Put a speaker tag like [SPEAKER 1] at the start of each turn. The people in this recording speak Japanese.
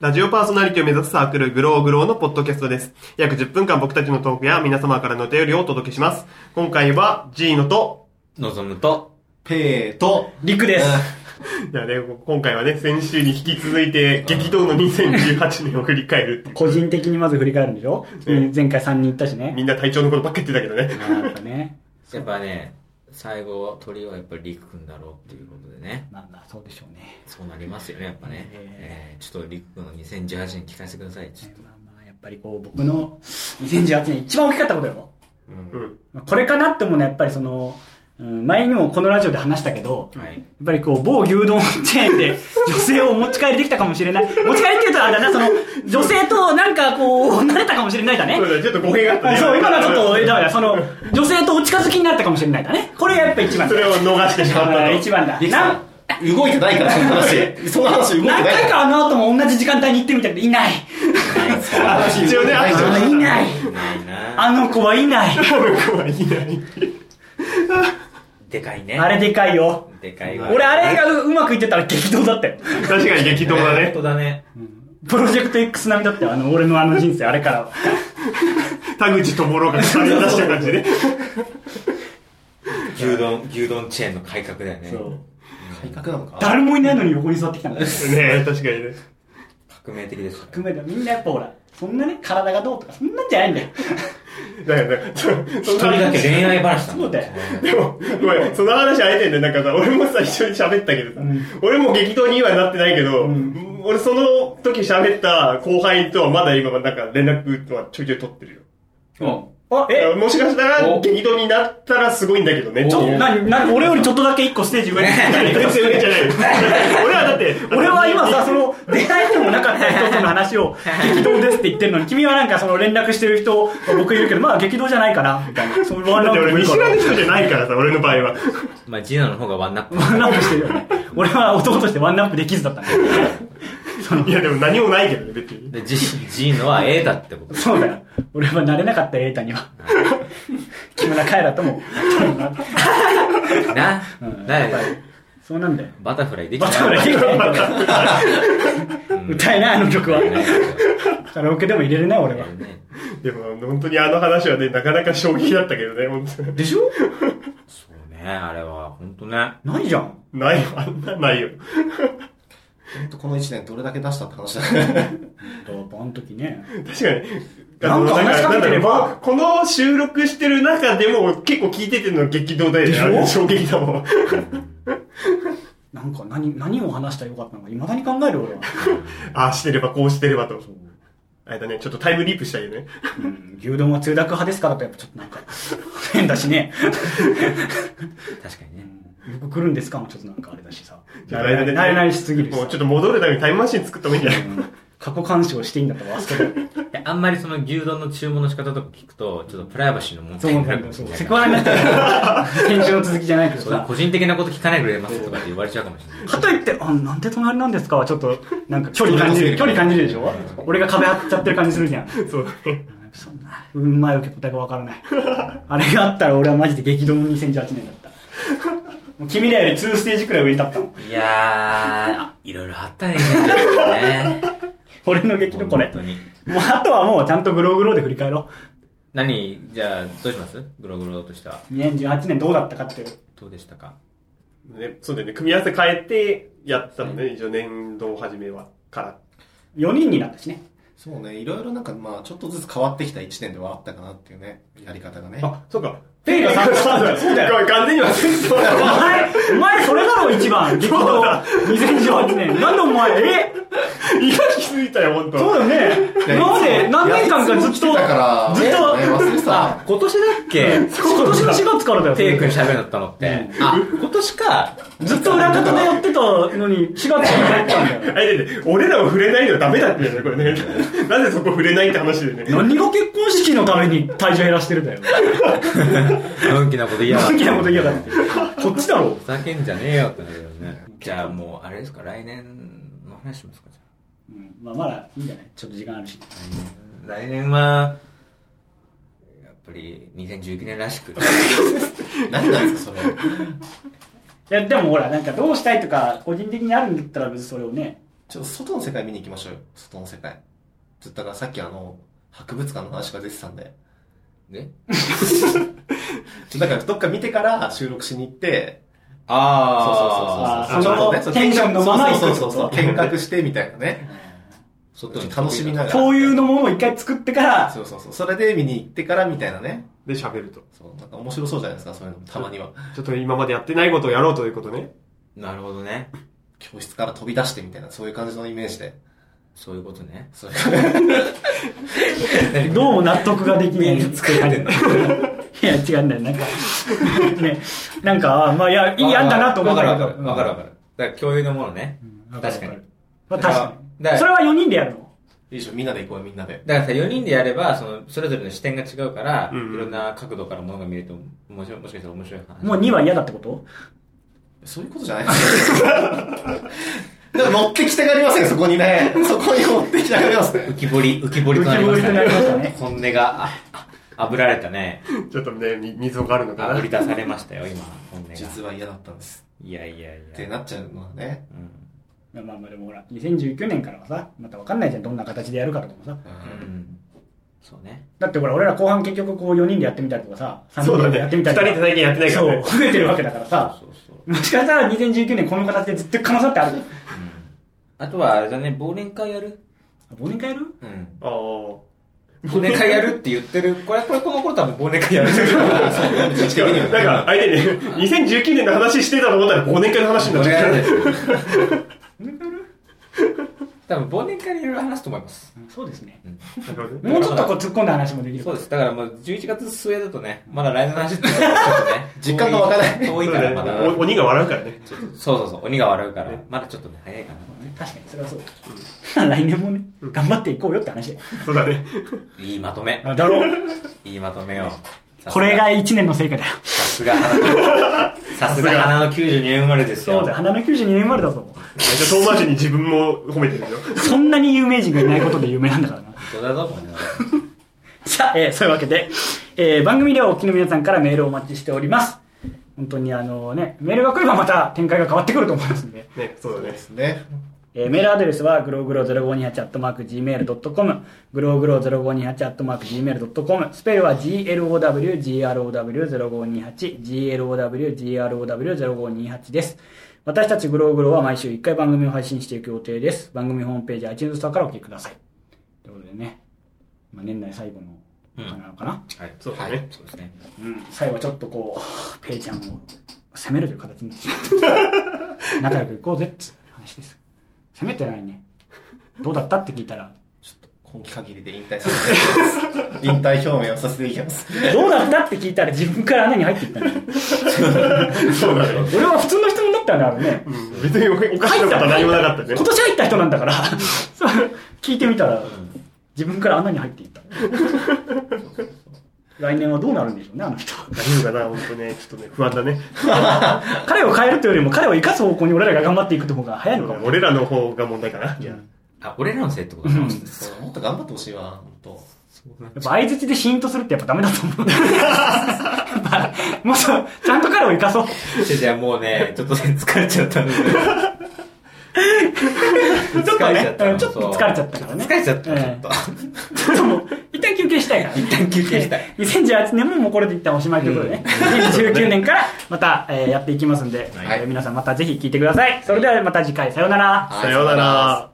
[SPEAKER 1] ラジオパーソナリティを目指すサークル、グローグローのポッドキャストです。約10分間僕たちのトークや皆様からのお便りをお届けします。今回は、ジーノと、
[SPEAKER 2] のぞむと、
[SPEAKER 3] ペーと、
[SPEAKER 4] リクです。
[SPEAKER 1] じゃあね、今回はね、先週に引き続いて、激動の2018年を振り返るっていう。
[SPEAKER 4] 個人的にまず振り返るんでしょ、うん前回3人行ったしね。
[SPEAKER 1] みんな体調のことばっか言ってたけどね。
[SPEAKER 4] まあやっぱね。
[SPEAKER 2] やっぱね、最後、鳥はやっぱりりくくんだろうっていうことでね。
[SPEAKER 4] なんだ、そうでしょうね。
[SPEAKER 2] そうなりますよね、やっぱね。え
[SPEAKER 4] え
[SPEAKER 2] ーちょっとりくくんの2018年聞かせてください。ちょっと。
[SPEAKER 4] まあまあやっぱりこう、僕の2018年一番大きかったことよ。
[SPEAKER 1] うん。
[SPEAKER 4] まあこれかなって思うのはやっぱりその、うん前にもこのラジオで話したけど、
[SPEAKER 2] はい
[SPEAKER 4] やっぱりこう、某牛丼チェーンで女性をお持ち帰りできたかもしれない。お持ち帰りっていうとあれだな、その、女性となんかこう、慣れたかもしれないだね。
[SPEAKER 1] そうだねちょっと語弊があったね
[SPEAKER 4] あそう、今のはちょっと、だからその、女性とお近づきになったかもしれないだね。これがやっぱ一番
[SPEAKER 1] そ
[SPEAKER 4] だ。
[SPEAKER 1] れを逃してしまった
[SPEAKER 4] あ
[SPEAKER 1] と。
[SPEAKER 4] ー一番だ。
[SPEAKER 3] リクさん
[SPEAKER 4] な、
[SPEAKER 3] 動いてないから、その 話。その話動いてない
[SPEAKER 4] 何回かあの後も同じ時間帯に行ってみたけど、いない。
[SPEAKER 3] ら。
[SPEAKER 1] 一応ねあ
[SPEAKER 4] あいな
[SPEAKER 2] な
[SPEAKER 4] い。
[SPEAKER 2] いな
[SPEAKER 4] あの子はいない。
[SPEAKER 1] 僕はいない。
[SPEAKER 2] でかいね。
[SPEAKER 4] あれでかいよ。
[SPEAKER 2] でかいわ。
[SPEAKER 4] 俺、あれがううまくいってたら激動だったよ。
[SPEAKER 1] 確かに激動だ
[SPEAKER 2] 本
[SPEAKER 1] ね
[SPEAKER 2] 当。だね。
[SPEAKER 4] プロジェクト X 並みだったよ。あの、俺のあの人生、あれからは。
[SPEAKER 1] 田口智朗が語り出した感じね。
[SPEAKER 2] 牛丼、牛丼チェーンの改革だよね。
[SPEAKER 4] そう。
[SPEAKER 3] 改革なのか
[SPEAKER 4] 誰もいないのに横に座ってきたんだよ。
[SPEAKER 1] ね確かにね。
[SPEAKER 2] 革命的ですよ。
[SPEAKER 4] 組めみんなやっぱほら、そんなね、体がどうとか、そんなんじゃないんだよ。
[SPEAKER 1] だよね。そ
[SPEAKER 2] 一人だけ恋愛話だもん
[SPEAKER 4] そうだよ。
[SPEAKER 1] でも、ごめん、その話あえてんね、なんかさ、俺もさ、一緒に喋ったけどさ、俺も激闘にはなってないけど、
[SPEAKER 4] ん
[SPEAKER 1] 俺その時喋った後輩とはまだ今はなんか連絡はちょいちょい取ってるよ。
[SPEAKER 4] あ、
[SPEAKER 1] だか
[SPEAKER 4] え
[SPEAKER 1] らもしかしたら、
[SPEAKER 2] お
[SPEAKER 1] 激闘になったらすごいんだけどね、
[SPEAKER 2] お
[SPEAKER 1] ちょっと。
[SPEAKER 4] な、な、俺よりちょっとだけ一個ステージ上に行ったり
[SPEAKER 1] 全然上じゃないよ。俺はだって、
[SPEAKER 4] 俺は今さ、その、出会いでもなかった人との話を、激動ですって言ってるのに、君はなんかその連絡してる人、僕いるけど、まあ激動じゃないかな、みたいな。そのワン
[SPEAKER 1] だ
[SPEAKER 4] ナ
[SPEAKER 1] って
[SPEAKER 4] ッ
[SPEAKER 1] 俺
[SPEAKER 4] プもい
[SPEAKER 1] 見
[SPEAKER 4] いか
[SPEAKER 1] 知
[SPEAKER 4] ら
[SPEAKER 1] らぬ人じゃないからさ、俺の場合は。
[SPEAKER 2] まあ、ジーナの方がワンナップ。
[SPEAKER 4] ワンナップしてるよね。俺は男としてワンナップできずだったんだよ。その
[SPEAKER 1] いやでも何もないけどね、別に。
[SPEAKER 2] で、ジ、ジーノは A だってこと。
[SPEAKER 4] そうだよ。俺はなれなかった、エータには。木村カエラとも。
[SPEAKER 2] な、
[SPEAKER 4] ん
[SPEAKER 2] な、
[SPEAKER 4] そうなんだよ。
[SPEAKER 2] バタフライできた
[SPEAKER 4] バタフライできないんだよ歌えない、あの曲は。カラオケでも入れるね、俺は。
[SPEAKER 2] ね
[SPEAKER 1] でも本当にあの話はね、なかなか衝撃だったけどね、本当に。
[SPEAKER 4] でしょ
[SPEAKER 2] そうね、あれは、ほんとね。
[SPEAKER 4] ないじゃん。
[SPEAKER 1] ないよ、あんなないよ。
[SPEAKER 3] 本当この1年どれだけ出したって話だね。
[SPEAKER 4] あの時ね。
[SPEAKER 1] 確かに。
[SPEAKER 4] なんか話しかけてれば
[SPEAKER 1] なんだろうこの収録してる中でも結構聞いててるの激動だよね。
[SPEAKER 4] でしょ
[SPEAKER 1] あれ衝撃だもん。
[SPEAKER 4] なんか何、何を話したらよかったのか、未だに考える俺は。
[SPEAKER 1] ああしてればこうしてればと。あれだね、ちょっとタイムリープしたいよ ね。
[SPEAKER 4] うん、牛丼は通学派ですかだとやっぱちょっとなんか、変だしね。
[SPEAKER 2] 確かにね。
[SPEAKER 4] 僕来るんですかもちょっとなんかあれだしさ。
[SPEAKER 1] ちょっと
[SPEAKER 4] な
[SPEAKER 1] あれだ
[SPEAKER 4] れ
[SPEAKER 1] ね
[SPEAKER 4] なれなれしすぎるし
[SPEAKER 1] もう
[SPEAKER 4] さ
[SPEAKER 1] ちょ。っと戻るためにタイムマシン作ってもいいんじゃない
[SPEAKER 4] うん過去干渉していいんだったらあそこで。
[SPEAKER 2] いやあんまりその牛丼の注文の仕方とか聞くと、ちょっとプライバシーの問
[SPEAKER 4] そう
[SPEAKER 2] 題
[SPEAKER 4] 思っ
[SPEAKER 2] に
[SPEAKER 4] た
[SPEAKER 2] なんる
[SPEAKER 4] だ
[SPEAKER 2] か
[SPEAKER 4] よ
[SPEAKER 2] もし
[SPEAKER 4] そ
[SPEAKER 2] れ
[SPEAKER 4] う。
[SPEAKER 2] ないか
[SPEAKER 4] セクハラになったら、編集の続きじゃないけど
[SPEAKER 2] ら。そう
[SPEAKER 4] さ。
[SPEAKER 2] 個人的なこと聞かないでくれますとかって言われちゃうかもしれない。
[SPEAKER 4] かといって、あ、なんで隣なんですかはちょっと、なんか距離感じる。距離感じるでしょ俺が壁張っちゃってる感じするじゃ ん。
[SPEAKER 1] そうだね。
[SPEAKER 4] そんな、うんまい受け答えがわからない。あれがあったら俺はマジで激動の2018年だった。もう君らより2ステージくらい上に立ったもん。
[SPEAKER 2] いやー、いろいろあ ったね、ね。
[SPEAKER 4] 俺の激動これ。
[SPEAKER 2] 本当に
[SPEAKER 4] もうあとはもうちゃんとグローグローで振り返ろ
[SPEAKER 2] 何、じゃあ、どうしますグログロとしたら。
[SPEAKER 4] う。2018年どうだったかっていう。
[SPEAKER 2] どうでしたか
[SPEAKER 1] ねそうだよね。組み合わせ変えてやってたもんね。一応年度初めはから。
[SPEAKER 4] 4人になったしね。
[SPEAKER 3] そうね、いろいろなんか、まあちょっとずつ変わってきた1年ではあったかなっていうね、やり方がね。
[SPEAKER 1] あ、そうか。
[SPEAKER 4] ペイが参加した んだよ。そうだよ。
[SPEAKER 1] これ完全に忘れてた
[SPEAKER 4] お前、お前それだろ一番。激動。2018年。なんでお前、え
[SPEAKER 1] 今気づいたよ、本当。
[SPEAKER 4] そうだよね。今まで何年間かずっと、ずっ
[SPEAKER 3] いやいつも来てたから
[SPEAKER 4] と、
[SPEAKER 3] ね忘れてた
[SPEAKER 2] 今年だっけ
[SPEAKER 4] 今年の4月からだよ。
[SPEAKER 2] テイ君喋るだったのって。あ、今年か。
[SPEAKER 4] ずっと裏方でやってたのに、4月から入ったんだよ。
[SPEAKER 1] あれだよね俺らを触れないのはダメだって言うよね、これね。 なぜそこ触れないって話でね。
[SPEAKER 4] 何が結婚式のために体重減らしてるんだよ。
[SPEAKER 2] のんきなこと言い やがっ
[SPEAKER 4] 好
[SPEAKER 2] て
[SPEAKER 4] きなこと嫌だって。こっちだろ
[SPEAKER 2] ふ。ざけんじゃねえよってなるよね。じゃあもう、あれですか、来年の話しますか、じゃ
[SPEAKER 4] うんまあまだいいんじゃないちょっと時間あるし。
[SPEAKER 2] あ来年は、やっぱり2019年らしく。
[SPEAKER 3] 何なんですか、それ。
[SPEAKER 4] いや、でもほら、なんかどうしたいとか、個人的にあるんだったら別にそれをね、
[SPEAKER 3] ちょっと外の世界見に行きましょうよ。外の世界。ずっとだからさっきあの、博物館の話が出てたんで。
[SPEAKER 2] ね
[SPEAKER 3] ちょ だからどっか見てから収録しに行って、
[SPEAKER 2] あ
[SPEAKER 4] そうそうそうそう
[SPEAKER 3] ちょっと
[SPEAKER 4] そ
[SPEAKER 3] ね
[SPEAKER 4] のテンションのまま行く
[SPEAKER 3] そうそうそうそう。見学してみたいなね。ちょっと楽しみながら。
[SPEAKER 4] 共有のものを一回作ってから、
[SPEAKER 3] そうそうそう。それで見に行ってからみたいなね。
[SPEAKER 1] で喋ると。
[SPEAKER 3] そう、なんか面白そうじゃないですか、そういうのもたまには。
[SPEAKER 1] ちょっと今までやってないことをやろうということね。
[SPEAKER 2] なるほどね。
[SPEAKER 3] 教室から飛び出してみたいな、そういう感じのイメージで。
[SPEAKER 2] そういうことね。
[SPEAKER 3] そういう
[SPEAKER 4] どうも納得ができ ない。作ってんのいや、違うんだよ。なんか、 ね、なんか、まあ、いや、いい案だなと思っ
[SPEAKER 2] わ
[SPEAKER 4] た
[SPEAKER 2] か
[SPEAKER 4] け
[SPEAKER 2] る
[SPEAKER 4] ど。
[SPEAKER 2] わかるわかるわかる。だから共有のものね。
[SPEAKER 4] うん
[SPEAKER 2] 確かに。。
[SPEAKER 4] わかるわかるまあ、確か
[SPEAKER 2] だから
[SPEAKER 4] に。それは4人でやるの
[SPEAKER 3] いいでしょ、みんなで行こうよ、みんなで。
[SPEAKER 2] だからさ、4人でやれば、その、それぞれの視点が違うから、
[SPEAKER 1] うんうん
[SPEAKER 2] いろんな角度からものが見れると、もしもしかしたら面白い話。
[SPEAKER 4] もう2は嫌だってこと
[SPEAKER 3] そういうことじゃないですか。 でも乗ってきたがりますね、そこにね。そこに乗ってきたがりますね
[SPEAKER 2] 浮。き彫り、浮き彫りとなりました
[SPEAKER 4] 浮き彫りとなりま
[SPEAKER 2] ね。本音が、ああ炙られたね。
[SPEAKER 1] ちょっとね、に溝があるのか
[SPEAKER 2] 炙り
[SPEAKER 1] な。
[SPEAKER 2] 出されましたよ、今、本音が。
[SPEAKER 3] 実は嫌だったんです。
[SPEAKER 2] いやいやい
[SPEAKER 3] って
[SPEAKER 2] や。
[SPEAKER 3] なっちゃうのはね。
[SPEAKER 2] うん
[SPEAKER 4] まあまあでもほら、2019年からはさ、またわかんないじゃん。どんな形でやるかとかもさ。
[SPEAKER 2] うん。そうね。
[SPEAKER 4] だってほら、俺ら後半結局こう4人でやってみたりとかさ、3
[SPEAKER 1] そう
[SPEAKER 4] 人
[SPEAKER 1] だ
[SPEAKER 4] で
[SPEAKER 1] ね。
[SPEAKER 4] やって
[SPEAKER 1] 二
[SPEAKER 4] みたりと
[SPEAKER 1] 人で
[SPEAKER 4] か。
[SPEAKER 1] 最近やってないからね。
[SPEAKER 4] そう、増えてるわけだからさ。
[SPEAKER 2] そうそう。
[SPEAKER 4] もしかしたら2019年この形でずっと可能性ってある。
[SPEAKER 2] あとは、あれだね、忘年会やる
[SPEAKER 4] 忘年会やる
[SPEAKER 2] うん。
[SPEAKER 1] ああ。
[SPEAKER 2] 忘年会やるって言ってる。これ、これ、この頃多分忘年会やる。
[SPEAKER 3] 時期的
[SPEAKER 1] なん
[SPEAKER 3] にはね、
[SPEAKER 1] か、相手に、2019年の話してたと思ったら忘年会の話になっちゃった。
[SPEAKER 2] 多分忘年会でいろいろ話すと思います。
[SPEAKER 4] そうですね。
[SPEAKER 2] うん
[SPEAKER 1] なるほどね
[SPEAKER 4] もうちょっとこう突っ込んだ話もできる
[SPEAKER 2] そうです。だからもう11月末だとね、まだ来年の話ってちょっとね
[SPEAKER 3] 実感が湧かない
[SPEAKER 2] 遠いからまだ。
[SPEAKER 1] お鬼が笑うからね。
[SPEAKER 2] そうそうそう、鬼が笑うから、まだちょっとね、早いかな。
[SPEAKER 4] 確かに、それはそう。 来年もね、頑張っていこうよって話で。
[SPEAKER 1] そうだね。
[SPEAKER 2] いいまとめ。
[SPEAKER 4] だろう。
[SPEAKER 2] いいまとめよ。
[SPEAKER 4] これが1年の成果だよ。
[SPEAKER 2] さすが、さすが花の92年生まれですよ。
[SPEAKER 4] そうだよ。花の92年生まれだぞ。
[SPEAKER 1] めっちゃ遠回しに自分も褒めてるよ。
[SPEAKER 4] そんなに有名人がいないことで有名なんだからな。
[SPEAKER 2] 本当だぞ、これ
[SPEAKER 4] さあ、えーそういうわけで、えー番組ではお聞きの皆さんからメールをお待ちしております。本当にあのね、メールが来ればまた展開が変わってくると思いますんで。
[SPEAKER 1] ね、そうだ
[SPEAKER 3] で
[SPEAKER 1] ね。
[SPEAKER 3] すね。
[SPEAKER 4] えーメールアドレスは、グログロ 0528-gmail.com、グログロ 0528-gmail.com、スペルは glowgrow0528-glowgrow0528 です。私たちグログロは毎週1回番組を配信していく予定です。番組ホームページ、iTunes ストアからお聞きください。ということでね、まあ、年内最後のお金なのかな、
[SPEAKER 2] はい。
[SPEAKER 1] そうだ
[SPEAKER 2] は
[SPEAKER 1] ね
[SPEAKER 2] い。そうですね。
[SPEAKER 4] うん、最後はちょっとこう、ペイちゃんを責めるという形になってし まった仲良く行こうぜって話です。責めてないね。どうだったって聞いたら、
[SPEAKER 3] 今期限りで引退させていただきます。引退表明をさせていただきま す。
[SPEAKER 4] どうだったって聞いたら自分から穴に入っていったんだよ。
[SPEAKER 1] そうだね。
[SPEAKER 4] 俺は普通の質問だったよね、あれね。
[SPEAKER 1] うん別におかしなことは何もなかったね
[SPEAKER 4] 今。年入った人なんだから、そう聞いてみたら、自分から穴に入ってい った。来年はどうなるんでしょうね、あの人。
[SPEAKER 1] 何かな、本当ね、ちょっとね、不安だね。
[SPEAKER 4] 彼を変えるというよりも彼を生かす方向に俺らが頑張っていくと方が早いのかも。
[SPEAKER 1] 俺らの方が問題かな。いや、
[SPEAKER 2] あ、俺らのせいってことだな。
[SPEAKER 3] そうもっと頑張ってほしいわ、本当。
[SPEAKER 4] やっぱ相槌でシーンとするってやっぱダメだと思う。 やっぱもっと、ちゃんと彼を生 かそう。
[SPEAKER 2] じゃじゃもうね、 ちょっとね疲れちゃったんで。
[SPEAKER 4] ちょっと
[SPEAKER 2] 疲れちゃ
[SPEAKER 4] ね
[SPEAKER 2] っ、た
[SPEAKER 4] うんちょっと疲れちゃったからね。
[SPEAKER 2] 疲れちゃった、ちょっと
[SPEAKER 4] え。えちょっともう、一旦 休憩したいから。
[SPEAKER 2] 一旦休憩したい
[SPEAKER 4] ええ。2018年ももうこれで一旦おしまいということでね。2019年からまたえーやっていきますんで、
[SPEAKER 2] はい
[SPEAKER 4] えー皆さんまたぜひ聞いてください。それではまた次回、さようなら。
[SPEAKER 1] さようなら。